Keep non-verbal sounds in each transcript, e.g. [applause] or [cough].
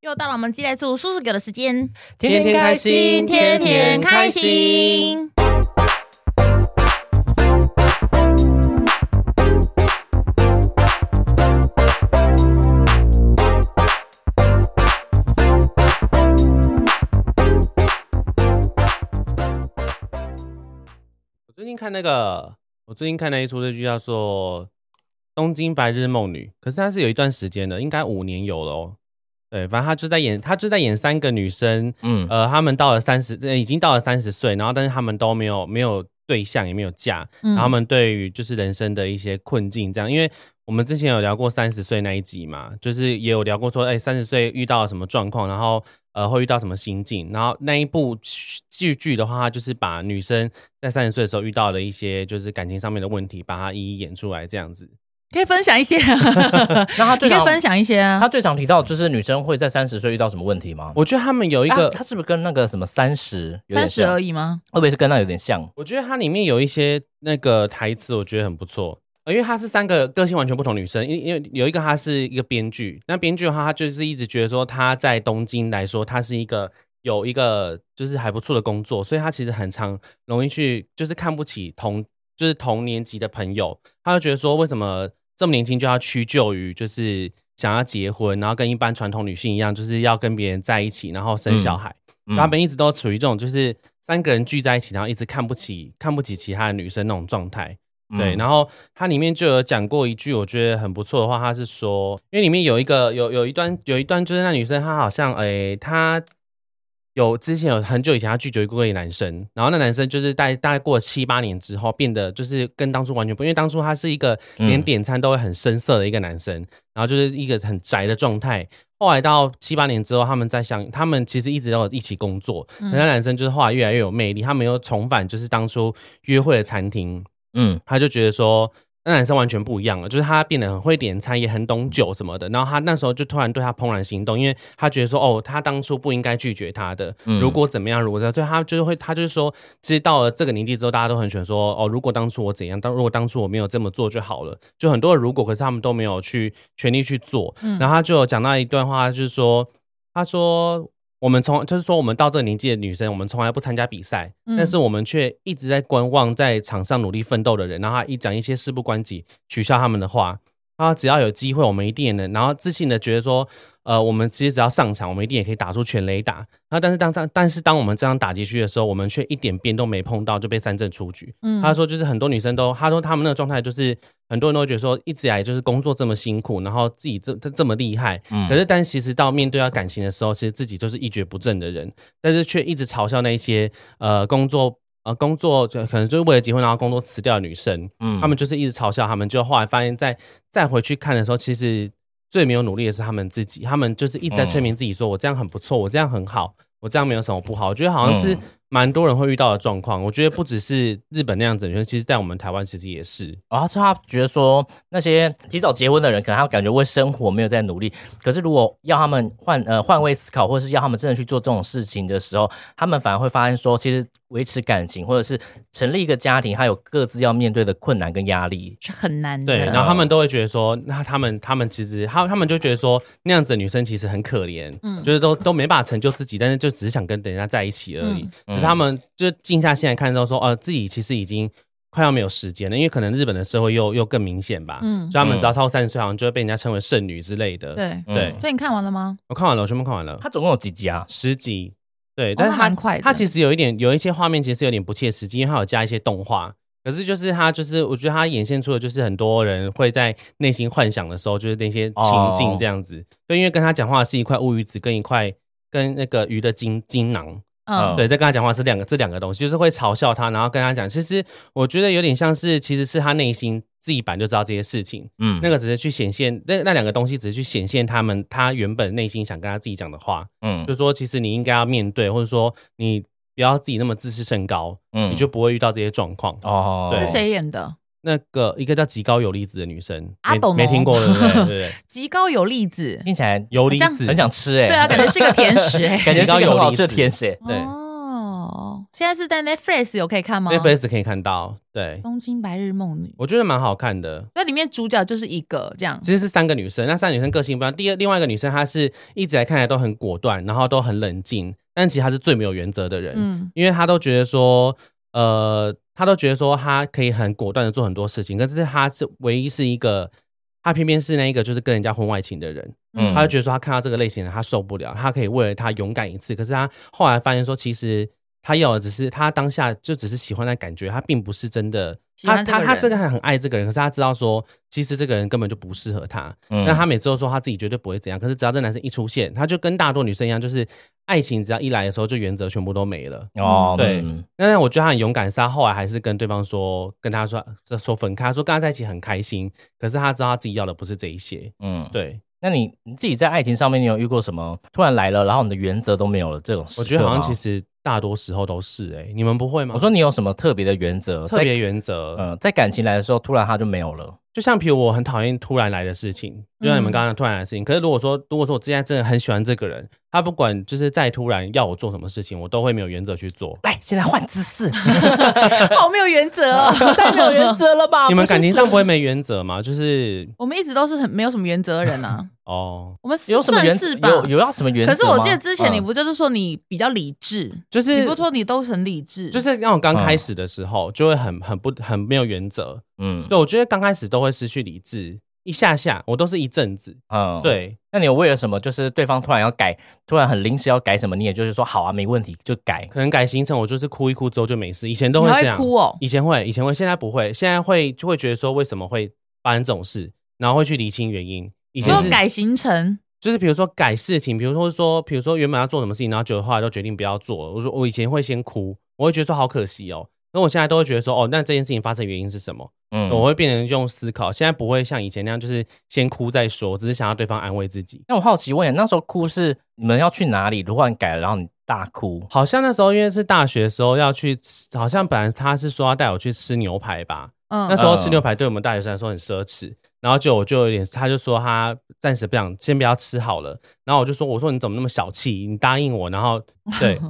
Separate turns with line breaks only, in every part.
又到了我们寄来处叔叔给的时间，
天天开心，
天天开。心。
我最近看那个，我最近看了一出日剧，叫做《东京白日梦女》，可是它是有一段时间的，应该五年有了哦。对，反正他就在演，他就在演三个女生，
嗯，
呃，她们到了三十，呃已经到了三十岁，然后但是她们都没有没有对象，也没有嫁，
嗯
然后他们对于就是人生的一些困境，这样，因为我们之前有聊过三十岁那一集嘛，就是也有聊过说，哎、3三十岁遇到了什么状况，然后呃会遇到什么心境，然后那一部剧剧的话，它就是把女生在三十岁的时候遇到的一些就是感情上面的问题，把它一一演出来，这样子。
可以分享一些，啊
[laughs]
那他
你
最
可以
常
分享一些啊
他。最常提到就是女生会在三十岁遇到什么问题吗？
我觉得他们有一
一
个，
他是不是跟那个什么三十有
三
点
十
像？
而
会
已吗？
不会是跟那有点像？
我觉得它里面有一些那个台词，我觉得很不错。呃，因为她是三个个性完全不同的女生，因因为有一个她是一个编剧，那编剧的话，她就是一直觉得说她在东京来说，她是一个有一个就是还不错的工作，所以她其实很常容易去就是看不起同就是同年级的朋友，她就觉得说为什么这么年轻就要屈就于就是想要结婚，然后跟一般传统女性一样，就是要跟别人在一起，然后生小
嗯
孩。
嗯
他们一直都处于这种就是三个人聚在一起，然后一直看不起看不起其他的女生那种状态。对，
嗯
然后它里面就有讲过一句我觉得很不错的话，他是说，因为里面有一个有有一段有一段就是那女生她好像诶、她有之前有很久以前她拒绝过一个男生，然后那男生就是大大概过了七八年之后变得就是跟当初完全不，因为当初他是一个连
嗯
点餐都会很生涩的一个男生，然后就是一个很宅的状态。后来到七八年之后，他们在相，他们其实一直都有一起工作，
嗯
那、男生就是后来越来越有魅力，他们又重返就是当初约会的餐厅，
嗯
他就觉得说，那男生完全不一样了，就是他变得很会点餐，也很懂酒什么的。然后他那时候就突然对他怦然心动，因为他觉得说，哦，他当初不应该拒绝他的。
嗯
如果怎么样，如果怎么样所以他就是会，他就是说，其实到了这个年纪之后，大家都很喜欢说，哦，如果当初我怎样，当如果当初我没有这么做就好了。就很多的如果，可是他们都没有去全力去做。
嗯
然后他就有讲到一段话，就是说，他说。我们从就是说，我们到这个年纪的女生，我们从来不参加比赛，
嗯
但是我们却一直在观望在场上努力奋斗的人。然后他一讲一些事不关己，取笑他们的话，他只要有机会，我们一定也能。然后自信的觉得说，呃，我们其实只要上场，我们一定也可以打出全垒打。然后但是当当但是当我们这样打击区的时候，我们却一点边都没碰到，就被三振出局。
嗯
他说，就是很多女生都，他说他们那个状态就是很多人都会觉得说，一直以来就是工作这么辛苦，然后自己这这这么厉害，
嗯
可是但其实到面对到感情的时候，其实自己就是一蹶不振的人，但是却一直嘲笑那些呃工作呃工作就可能就是为了结婚然后工作辞掉的女生，
嗯
她们就是一直嘲笑她们，就后来发现再再回去看的时候，其实最没有努力的是她们自己，她们就是一直在催眠自己说，我这样很不错，我这样很好。我这样没有什么不好，我觉得好像是
嗯
蛮多人会遇到的状况。我觉得不只是日本那样子的女生，其实在我们台湾其实也是。
然后哦他觉得说，那些提早结婚的人，可能他感觉为生活没有在努力。可是如果要他们换呃换位思考，或是要他们真的去做这种事情的时候，他们反而会发现说，其实维持感情或者是成立一个家庭，他有各自要面对的困难跟压力。
是很难的。
对，然后他们都会觉得说，那他们他们其实他他们就觉得说，那样子的女生其实很可怜，
嗯
就是都都没办法成就自己，但是就只是想跟人家在一起而已。
嗯
可是他们就静下心来看到说，呃，自己其实已经快要没有时间了，因为可能日本的社会又又更明显吧，
嗯
嗯，所以他们只要超过三十岁，好像就会被人家称为剩女之类的。，
对，
对
所以你看完了吗？
我看完了，我全部看完了。
他总共有几集啊？
十集，对，但
哦那
是它
蛮快的
它其实有一点有一些画面其实有点不切实际，因为它有加一些动画。可是就是它就是我觉得它显现出的就是很多人会在内心幻想的时候，就是那些情境这样子。对，因为跟他讲话的是一块乌鱼子跟一块跟那个鱼的精精囊，
嗯
嗯
对，在跟他讲话是两个这两个东西，就是会嘲笑他，然后跟他讲。其实我觉得有点像是其实是他内心自己版就知道这些事情，
嗯
那个只是去显现那那两个东西只是去显现他们他原本内心想跟他自己讲的话。
嗯
就说其实你应该要面对，或者说你不要自己那么自视甚高，
嗯
你就不会遇到这些状况。
哦，
对
是谁演的？
那个一个叫极高游离子的女生，
阿
没
斗
没
呢
听过对
[laughs]
不对？对对对，
极高有粒子，
听起来
游离
好像
子
很想吃哎、
啊
[laughs]
对啊，感觉是个甜食哎。
[laughs] 感觉是
极高
个
游 [laughs]
很好
离
吃的
子
甜食、欸。
对
哦，现在是在 Netflix 有可以看吗哦
Netflix 可以看到。对，
东京白日梦女》，
我觉得蛮好看的。
那里面主角就是一个这样，
其实是三个女生，那三个女生个性不一样。第二，另外一个女生她是一直来看起来都很果断，然后都很冷静，但其实她是最没有原则的人，
嗯
因为她都觉得说，呃，她都觉得说她可以很果断的做很多事情，可是她是唯一是一个，她偏偏是那一个就是跟人家婚外情的人，
嗯
她就觉得说她看到这个类型的人她受不了，她可以为了她勇敢一次，可是她后来发现说其实。她要的只是她当下就只是喜欢那感觉，她并不是真的。
喜
她
欢这
她
个
她
人
真的很爱这个人，可是她知道说，其实这个人根本就不适合她。
嗯
那她每次都说她自己绝对不会怎样，可是只要这男生一出现，她就跟大多女生一样，就是爱情只要一来的时候，就原则全部都没了。
哦，
对
嗯
那那我觉得她很勇敢，是她后来还是跟对方说，跟他说说分开，她说跟他在一起很开心，可是她知道她自己要的不是这一些。
嗯，
对，
那你你自己在爱情上面，你有遇过什么突然来了，然后你的原则都没有了这种时刻
我
吗？
觉得好像其实大多时候都是哎、你们不会吗？
我说你有什么特别的原则？
特别
在
原则，
呃，在感情来的时候，突然他就没有了。
就像比如我很讨厌突然来的事情，就
嗯
像你们刚刚突然来的事情。可是如果说如果说我之前真的很喜欢这个人，他不管就是再突然要我做什么事情，我都会没有原则去做。
来，现在换姿
[laughs]
势，
好没有原则哦。
[laughs]
太没有原则了吧
你们感情上不会没原则吗？就是
我们一直都是很没有什么原则的人
[laughs]
啊，
哦，
我们
有什么原
算是吧？
有有要什么原则
可
吗？
是我记得之前你
嗯
不就是说你比较理智，
就是
你不是说你都很理智，
就是让我刚开始的时候就会很很不很没有原则。
嗯
对，我觉得刚开始都会失去理智，一下下我都是一阵子。
嗯，
对，
那你有为了什么？就是对方突然要改，突然很临时要改什么，你也就是说好啊，没问题就改。
可能改行程我就是哭一哭之后就没事，以前都
你
会
还
这
会
样。
哭哦。
以前会，以前会，现在不会，现在会就会觉得说为什么会发生这种事，然后会去理清原因。以前
所
是
以改行程，
就是比如说改事情，比如说说，比如说原本要做什么事情，然后结果后来都决定不要做了。我说我以前会先哭，我会觉得说好可惜哦。那我现在都会觉得说，哦，那这件事情发生原因是什么？
嗯，
我会变成用思考，现在不会像以前那样，就是先哭再说，只是想要对方安慰自己。
那我好奇问一下，那时候哭是你们要去哪里？如果你改了，然后你大哭，
好像那时候因为是大学的时候要去吃，好像本来他是说要带我去吃牛排吧，那
嗯
时候吃牛排对我们大学生来说很奢侈，然后就我就有点，他就说他暂时不想，先不要吃好了。然后我就说，我说你怎么那么小气？你答应我，然
[laughs]
后对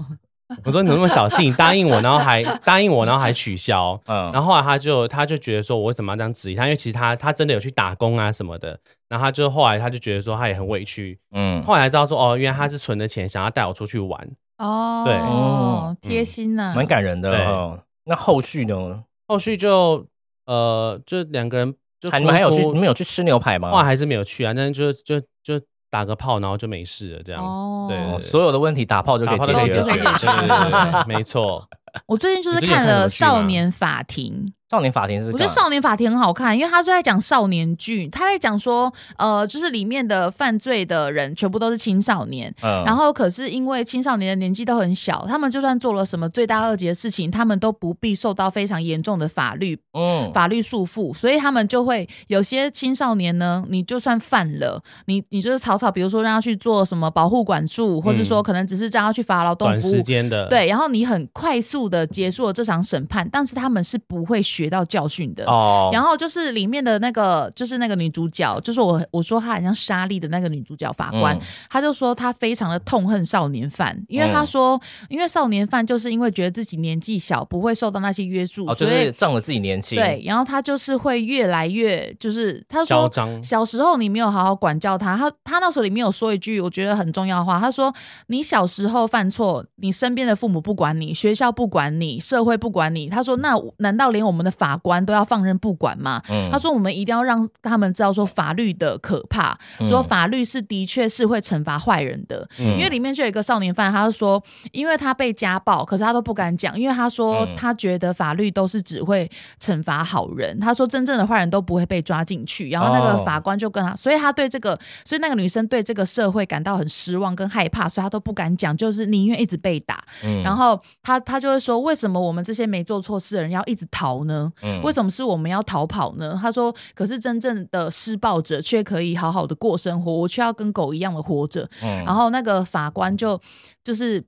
我说你怎么那么小气？你答应我，然后还答应我，然后还取消。
嗯，
然后后来他就他就觉得说，我为什么要这样质疑他？因为其实他他真的有去打工啊什么的。然后他就后来他就觉得说他也很委屈，
嗯，
后来才知道说哦，原来他是存了钱想要带我出去玩。
哦，
对嗯
哦，贴心呐，
蛮感人的
对
哦。那后续呢？
后续就呃，就两个人就
还你们还有去，
哭哭
你们有去吃牛排
后来
吗？
还是没有去啊，但是就就就打个炮，然后就没事了，这样。
哦
对对
哦
对
所有的问题打炮就可
打
以
炮
解
就可以
决
解
就可
决，
以。
了
对对对对，没错。
我最近就是
你最近
看
看什
了
么
《
剧吗
少年法庭》，
少年法庭是干嘛，
我觉得《少年法庭》很好看，因为他就在讲少年剧，他在讲说，呃，就是里面的犯罪的人全部都是青少年，
嗯，
然后可是因为青少年的年纪都很小，他们就算做了什么罪大恶极的事情，他们都不必受到非常严重的法律
嗯，
法律束缚，所以他们就会有些青少年呢，你就算犯了，你你就是草草，比如说让他去做什么保护管束，或者说可能只是让他去罚劳动
嗯短
服务
时。间的，
对，然后你很快速的结束了这场审判，但是他们是不会学到教训的。
哦，
然后就是里面的那个，就是那个女主角，就是我我说她很像莎莉的那个女主角法官，
嗯
她就说她非常的痛恨少年犯，因为她说，因为少年犯就是因为觉得自己年纪小，不会受到那些约束，
哦，就
所
是
以
仗着自己年轻，
对，然后他就是会越来越，就是他
嚣
说。
张。
小时候你没有好好管教他，他他那时候里面有说一句我觉得很重要的话，他说你小时候犯错，你身边的父母不管你，学校不管你，社会不管你，他说那难道连我们的法官都要放任不管吗？
嗯，
他说：“我们一定要让他们知道说法律的可怕，
嗯
说法律是的确是会惩罚坏人的。
嗯
因为里面就有一个少年犯，他就说，因为他被家暴，可是他都不敢讲，因为他说
嗯
他觉得法律都是只会惩罚好人，他说真正的坏人都不会被抓进去。然后那
哦
个法官就跟他，所以他对这个，所以那个女生对这个社会感到很失望跟害怕，所以他都不敢讲，就是宁愿一直被打。
嗯
然后他他就会说，为什么我们这些没做错事的人要一直逃呢？
嗯
为什么是我们要逃跑呢？他说，可是真正的施暴者却可以好好的过生活，我却要跟狗一样的活着。
嗯
然后那个法官就就是。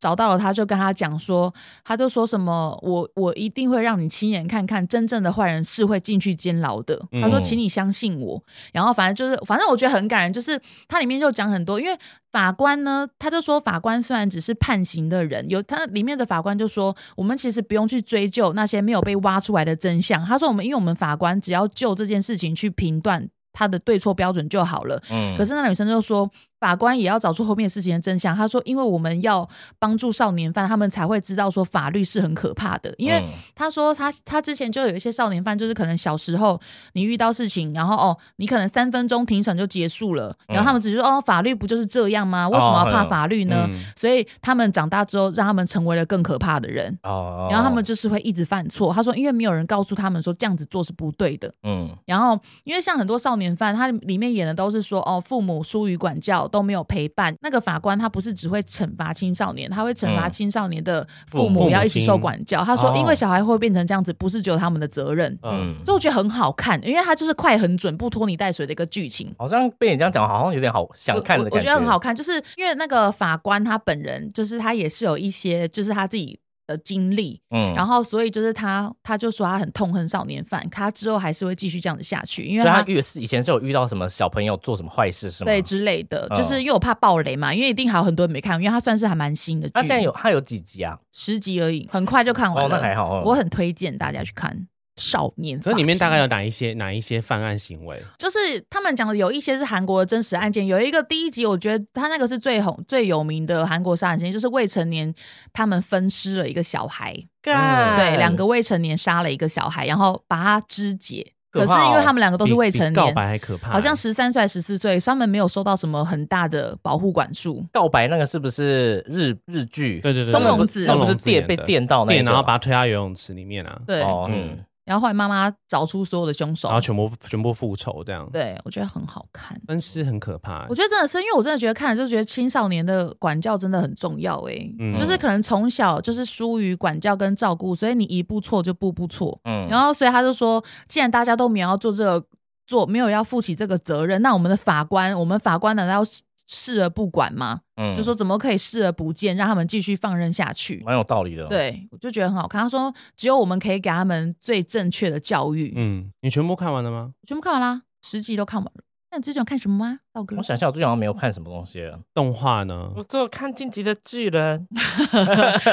找到了他，就跟他讲说，他就说什么我我一定会让你亲眼看看真正的坏人是会进去监牢的。
嗯
他说，请你相信我。然后反正就是，反正我觉得很感人，就是它里面就讲很多，因为法官呢，他就说法官虽然只是判刑的人，有他里面的法官就说，我们其实不用去追究那些没有被挖出来的真相。他说，我们因为我们法官只要就这件事情去评断他的对错标准就好了。
嗯
可是那女生就说，法官也要找出后面事情的真相。她说，因为我们要帮助少年犯，他们才会知道说法律是很可怕的。因为
嗯
她说她她之前就有一些少年犯，就是可能小时候你遇到事情，然后哦，你可能三分钟庭审就结束了，
嗯
然后他们只是说、哦，法律不就是这样吗？为什
哦
么要怕法律呢？
嗯
所以他们长大之后，让他们成为了更可怕的人。
哦
然后他们就是会一直犯错。她说，因为没有人告诉他们说这样子做是不对的。
嗯
然后，因为像很多少年犯，他里面演的都是说，哦，父母疏于管教，都没有陪伴。那个法官他不是只会惩罚青少年，他会惩罚
嗯
青少年的父
父父母
母要一起
亲
受管教。他
哦
说，因为小孩会变成这样子，不是只有他们的责任。
嗯，
所以我觉得很好看，因为它就是快、很准、不拖泥带水的一个剧情。
好像被你这样讲，好像有点好想看的
我
感
我，我觉得很好看，就是因为那个法官他本人，就是他也是有一些，就是他自己的经历，
嗯，
然后所以就是他，他就说他很痛恨少年犯，他之后还是会继续这样子下去，因为
所以
他
他遇是以前是有遇到什么小朋友做什么坏事是吗？
对，之类的，
嗯
就是因为我怕爆雷嘛，因为一定还有很多人没看，因为它算是还蛮新的剧，
他现在有他有几集啊？
十集而已，很快就看
哦
完，了。
那还好哦。
我很推荐大家去看《少年法
可
庭》。
是里面大概有哪一些哪一些犯案行为？
就是他们讲的有一些是韩国的真实案件，有一个第一集，我觉得他那个是最红、最有名的韩国杀人事件，就是未成年他们分尸了一个小孩，
干
对，两个未成年杀了一个小孩，然后把他肢解。
可
可是
怕哦
因为他们两个都是
比
未
比
成
告
年，
白还可怕，
好像十三岁、十四岁，所以他们没有受到什么很大的保护管束。
告白那个是不是日日剧？
对对对，
松
对
隆
对
子
松
那不是
隆子演
电
的
被电到那
电，
个，
然后把他推到游泳池里面啊，
对，
哦
嗯
嗯，
然后后来妈妈找出所有的凶手
然，后全部全部复仇这样。
对我觉得很好看。
分尸很可怕欸，
我觉得真的是，因为我真的觉得看了就觉得青少年的管教真的很重要哎、
嗯
就是可能从小就是疏于管教跟照顾，所以你一步错就步步错。
嗯
然后所以他就说，既然大家都没有要做这个做，没有要负起这个责任，那我们的法官，我们法官难道视视而不管吗？
嗯
就说怎么可以视而不见，让他们继续放任下去？
蛮有道理的。，
对，我就觉得很好看。他说，只有我们可以给他们最正确的教育。
嗯，你全部看完了吗？
我全部看完啦，十集都看完了。那你最喜欢看什么吗？道哥 [laughs]
我，想一下，我最近好像没有看什么东西了，
动画呢？
我只有看《晋级的巨人》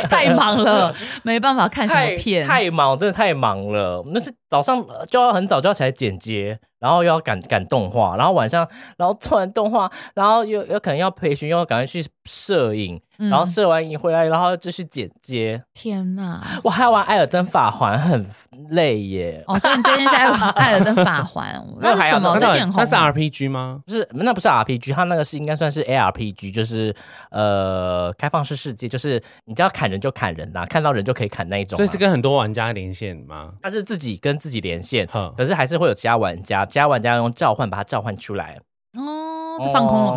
太忙了，没办法看什
太
么片。
太忙，真的太忙了。那是早上呃就要很早就要起来剪接，然后又要赶赶动画，然后晚上，然后做完动画，然后又有可能要培训，又要赶快去摄影，
嗯
然后摄完影回来，然后又继续剪接。
天哪！
我还要玩《艾尔登法环》，很累耶。
哦，所以你最近是爱艾尔登法环，
[laughs] 那
那
还
是
好
什么？
那
最
到底
近很红
那是
吗。
RPG 吗？
不是，那不是 RPG，它那个是应该算是 ARPG，就是呃开放式世界，就是你只要砍人就砍人啦，看到人就可以砍那一种啊。
所以是跟很多玩家连线吗？
它是自己跟自己连线，
哼，
可是还是会有其他玩家，其他玩家用召唤把它召唤出来。
哦，他放空了。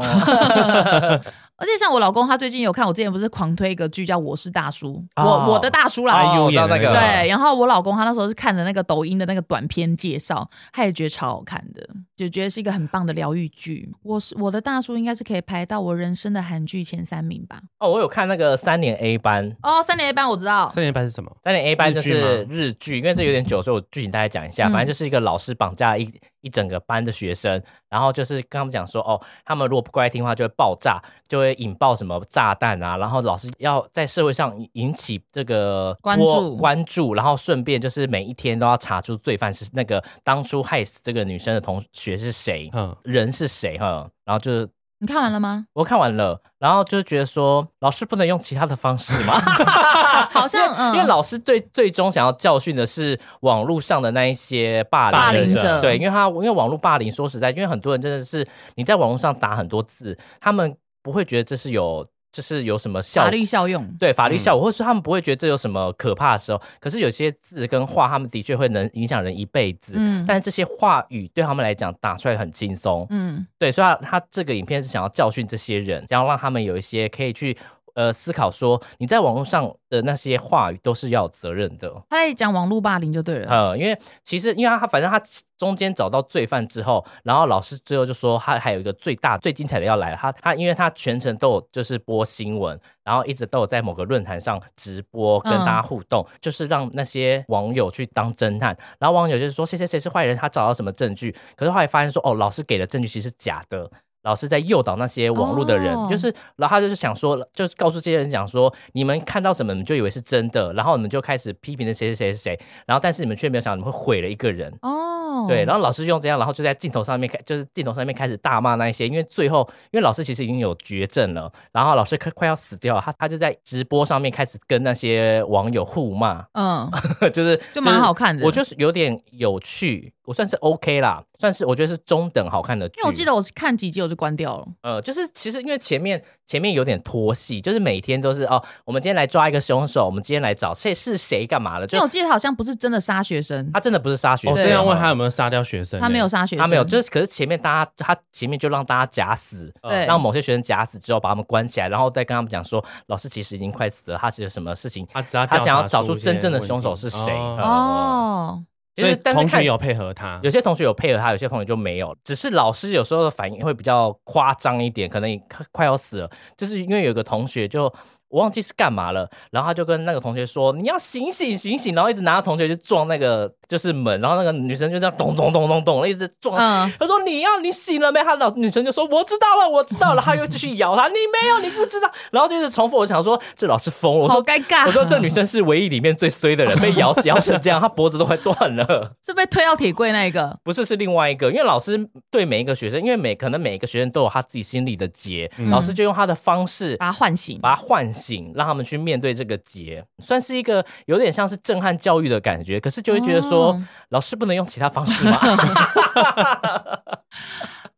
了。
[laughs] 而且像我老公，他最近有看，我之前不是狂推一个剧叫《我是大叔》，
哦
我我的大叔啦。
哎呦
我知道那个，
对，，然后我老公他那时候是看的那个抖音的那个短片介绍，他也觉得超好看的，就觉得是一个很棒的疗愈剧。我是我的大叔，应该是可以排到我人生的韩剧前三名吧。
哦，我有看那个三年 A 班，
哦，三年一班我知道，
三年半是什么？
三年 A 班就
日剧
是
吗嗯
日剧，因为这有点久，所以我剧情大概讲一下。
嗯
反正就是一个老师绑架了一一整个班的学生，然后就是跟他们讲说，哦，他们如果不乖听话就会爆炸，就会引爆什么炸弹啊，然后老师要在社会上引引起这个
关
波
注
关注，然后顺便就是每一天都要查出罪犯是那个当初害死这个女生的同学是谁，
嗯，
人是谁哈，然后就是。
你看完了
[laughs]
吗？
我看完了，然后就觉得说，老师不能用其他的方式吗？ [laughs]
好像
因为
嗯
因为老师最最终想要教训的是网络上的那一些霸凌
霸凌者
对，因为他因为网络霸凌，说实在，因为很多人真的是你在网络上打很多字，他们不会觉得这是有就是有什么效
法
果
律效用。
对法律效果，或者说他们不会觉得这有什么可怕的时候。可是有些字跟话，他们的确会能影响人一辈子。
嗯
但是这些话语对他们来讲打出来很轻松，
嗯
对，所以他他这个影片是想要教训这些人，想要让他们有一些可以去呃思考说，你在网络上的那些话语都是要有责任的。
他在讲网络霸凌就对了。
呃，因为其实，因为他反正他中间找到罪犯之后，然后老师最后就说他还有一个最大最精彩的要来了。他他因为他全程都有就是播新闻，然后一直都有在某个论坛上直播跟大家互动，就是让那些网友去当侦探。然后网友就是说谁谁谁是坏人，他找到什么证据？可是后来发现说哦，老师给的证据其实是假的。老师在诱导那些网络的人，
哦
就是，然后他就是想说，就是告诉这些人讲说，你们看到什么你们就以为是真的，然后你们就开始批评的谁谁谁谁，然后但是你们却没有想到你们会毁了一个人。
哦，
对，然后老师用这样，然后就在镜头上面开，就是镜头上面开始大骂那一些，因为最后，因为老师其实已经有绝症了，然后老师快快要死掉了，他他就在直播上面开始跟那些网友互骂， [laughs]
嗯，
就是
就蛮好看的
我就是有点有趣，我算是 OK 啦，算是我觉得是中等好看的剧。
因为我记得我看几集我就关掉了。
呃，就是其实因为前面前面有点拖戏，就是每天都是哦，我们今天来抓一个凶手，我们今天来找谁是谁干嘛了，
因
就
为我记得好像不是真的杀学生，
他真的不是杀学
我
生，
对
哦
哦
这样问他有没有杀掉学生、
他没有，杀学生，
他没有，就是可是前面大家他前面就让大家假死。
哦
对
让某些学生假死之后，把他们关起来，然后再跟他们讲说，老师其实已经快死了，他其实有什么事情，
他只要
他想要
调查
找出
一些
真正的
问
凶手
题
是谁
嗯
哦
哦，
其实
所以
但是
同
看
学有配合他
有，些同学有配合他，有些同学就没有。只是老师有时候的反应会比较夸张一点，可能也快快要死了，就是因为有个同学就。我忘记是干嘛了，然后他就跟那个同学说：“你要醒醒醒醒！”然后一直拿着同学就撞那个就是门，然后那个女生就这样咚咚咚咚咚，一直撞。
嗯，
他说：“你要你醒了没？”他老女生就说：“我知道了，我知道了。”他又继续摇他：“你没有，你不知道。”然后就是重复。我想说，这老师疯了。我
好
说
尴：“尬。
我说这女生是唯一里面最衰的人，被 [laughs] 摇摇成这样，她脖子都快断了。”
是被推到铁柜那一个，
不是，是另外一个，因为老师对每一个学生，因为每可能每一个学生都有他自己心里的结，老师就用他的方式
把他唤醒。
把他唤醒，让他们去面对这个结，算是一个有点像是震撼教育的感觉。可是就会觉得说，
哦
老师不能用其他方
[laughs]
式吗？呃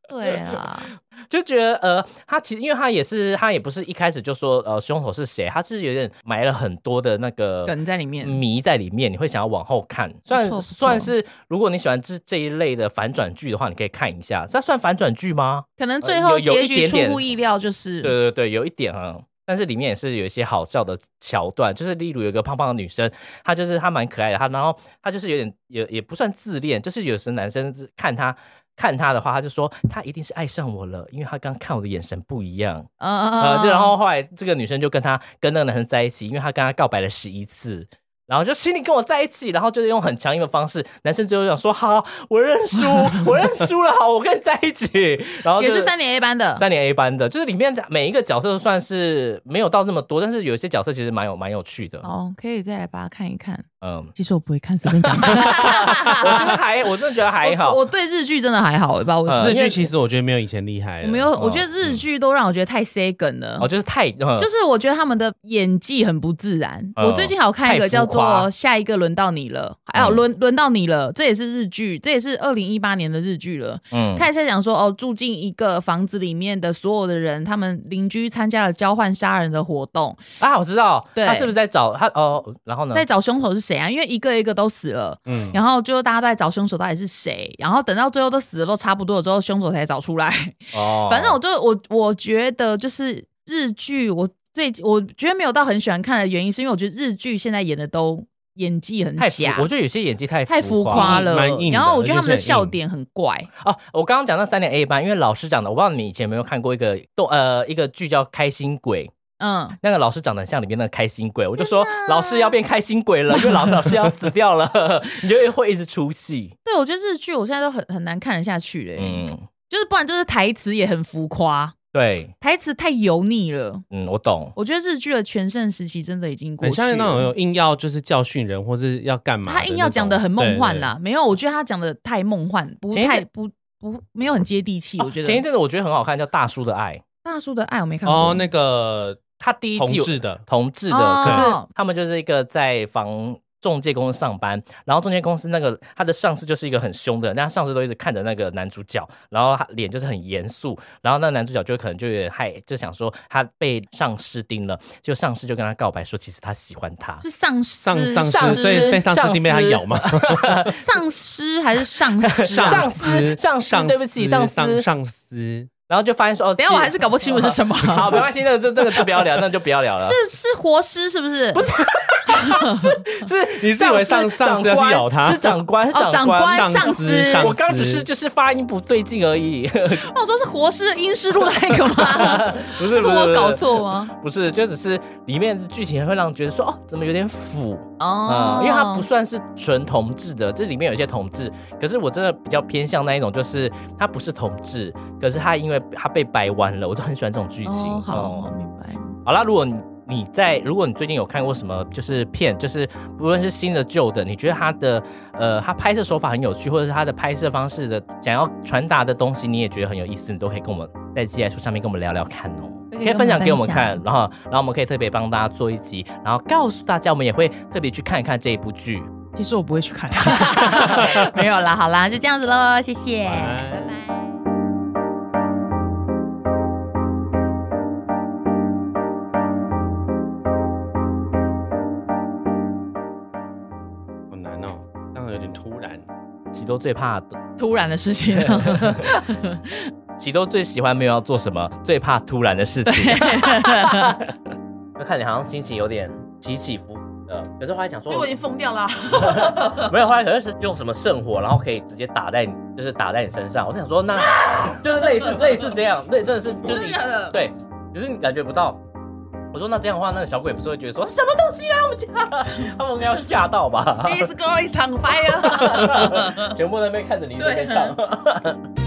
对啦，
就觉得呃，他其实因为他也是他也不是一开始就说呃凶手是谁，他是有点埋了很多的那个
梗在里面。
迷在里面，你会想要往后看。
不错
算
不错
算是，如果你喜欢这这一类的反转剧的话，你可以看一下。这算反转剧吗？
可能最后
呃有有
结
一
局
点
出
点
乎意料，就是
对对对，有一点啊。但是里面也是有一些好笑的桥段，就是例如有一个胖胖的女生，她就是她蛮可爱的，她然后她就是有点也也不算自恋，就是有时男生看她看她的话，他就说她一定是爱上我了，因为她刚看我的眼神不一样。
嗯嗯
呃，就然后后来这个女生就跟他跟那个男生在一起，因为她跟他告白了十一次，然后就请你跟我在一起，然后就是用很强硬的方式，男生最后想说好，我认输，我认输了，好，我跟你在一起，然后
也
就是
三年 A 班的，
三年 A 班的，就是里面的每一个角色都算是没有到那么多，但是有些角色其实蛮有蛮有趣的，
哦，可以再来把它看一看。
嗯，
其实我不会看，随便 [laughs] 讲。
我觉得还我真的觉得还好
我，我对日剧真的还好，我不知道为什么。
呃
日
因为
剧其实我觉得没有以前厉害了，
我没有，
哦
我觉得日剧都让我觉得太 C 梗了
哦，。就是太嗯
就是我觉得他们的演技很不自然。
嗯
我最近好看一个
太浮
叫做
夸
《下一个轮到你了》，还有
嗯
轮轮到你了，这也是日剧，这也是二零一八年的日剧了。
嗯
他也在讲说，哦，住进一个房子里面的所有的人，他们邻居参加了交换杀人的活动，
啊，我知道，
对
他是不是在找他哦，然后呢，
在找凶手是谁啊？因为一个一个都死了，
嗯，
然后就大家都在找凶手到底是谁，然后等到最后都死的都差不多了之后，凶手才找出来。
哦，
反正我就我我觉得就是日剧，我最我觉得没有到很喜欢看的原因，是因为我觉得日剧现在演的都演技很
太浮
假，
我觉得有些演技太
太浮
夸
夸了
蛮硬，的
然后我觉得他们的
而且是很硬
笑点很怪，
哦，我刚刚讲那三点 A 班，因为老师讲的，我不知道你们以前有没有看过一个动呃一个剧叫《开心鬼》，
嗯，
那个老师长得很像里面那个开心鬼，我就说老师要变开心鬼了，因为老老师要死掉了， [laughs] 你就会一直出戏。
对我觉得日剧我现在都很很难看得下去欸嘞、
嗯，
就是不然就是台词也很浮夸，
对，
台词太油腻了。
嗯，我懂。
我觉得日剧的全盛时期真的已经过
很
去
像那种
了。
有硬要就是教训人或是要干嘛的那
他
种，
硬要讲的很梦幻
对
啦，没有，我觉得他讲的太梦幻，不
前一
太
阵
不不没有很接地气。我觉
哦前一
得
阵子我觉得很好看，叫《大叔的爱》，
大叔的爱我没
对
看
对
过
哦，那个
他第一
同
季
志的，
同志的，
哦
可是他们就是一个在房中介公司上班，然后中介公司那个他的上司就是一个很凶的人，但他上司都一直看着那个男主角，然后他脸就是很严肃，然后那个男主角就可能就有点害，就想说他被上司盯了，就上司就跟他告白说，其实他喜欢他。
是丧尸
上上
丧
司，所以被上司定被他咬嘛，
丧尸还是上尸啊？ [laughs]
上司，上司，
上
对不起，上
上
司。
上司，
然后就发现说，哦，
等一下我还是搞不清楚是什么。
好，没关系，那个这这个就不要聊，那就不要聊了。
是是活尸是不是？不是
是，
你是以为上上
上
司要去咬他
是长官，是
哦，长
官。
官上
上
司
司。上
我刚刚只是就是发音不对劲而已， [laughs]
那我说是活尸英式录那个吗？
不是
是
不是
我
不是
搞错吗？
不是，就只是里面的剧情会让觉得说哦，怎么有点腐啊、
哦，
因为它不算是纯同志的，这里面有一些同志，可是我真的比较偏向那一种，就是它不是同志，可是它因为它被掰弯了，我都很喜欢这种剧情。
哦，好，
嗯
我明白。
好啦，如果你你在如果你最近有看过什么就是片，就是不论是新的旧的，你觉得它的呃它拍摄手法很有趣，或者是它的拍摄方式的想要传达的东西，你也觉得很有意思，你都可以跟我们在自来书上面跟我们聊聊看哦。
可以
可以
跟
分享
我们
给我们
分
看
享，
然后，然后我们可以特别帮大家做一集，然后告诉大家，我们也会特别去看一看这一部剧。
其实我不会去
[laughs]
看， [laughs] 没有啦，好啦，就这样子喽，谢谢，
拜
拜拜。
好难哦，这样有点突然。
喜多最怕，
突然的事 [laughs] 情，
喜多最喜欢没有要做什么，最怕突然的事情。
[laughs]
就看你好像心情有点起起伏伏呃的，可是后
[laughs]
来想说，
疯掉了。
[laughs] 没有，后来可能是用什么圣火，然后可以直接打在你，就是打在你身上。我就想说，那就是类似类似这样，对，真的是就是
真的假的
对，只是你感觉不到。我说那这样的话，那个小鬼不是会觉得说什么东西啊，我们家， [laughs] 他们应该会吓到吧？ [laughs]
girl is on fire
全部在那边看着你在那
对
边唱。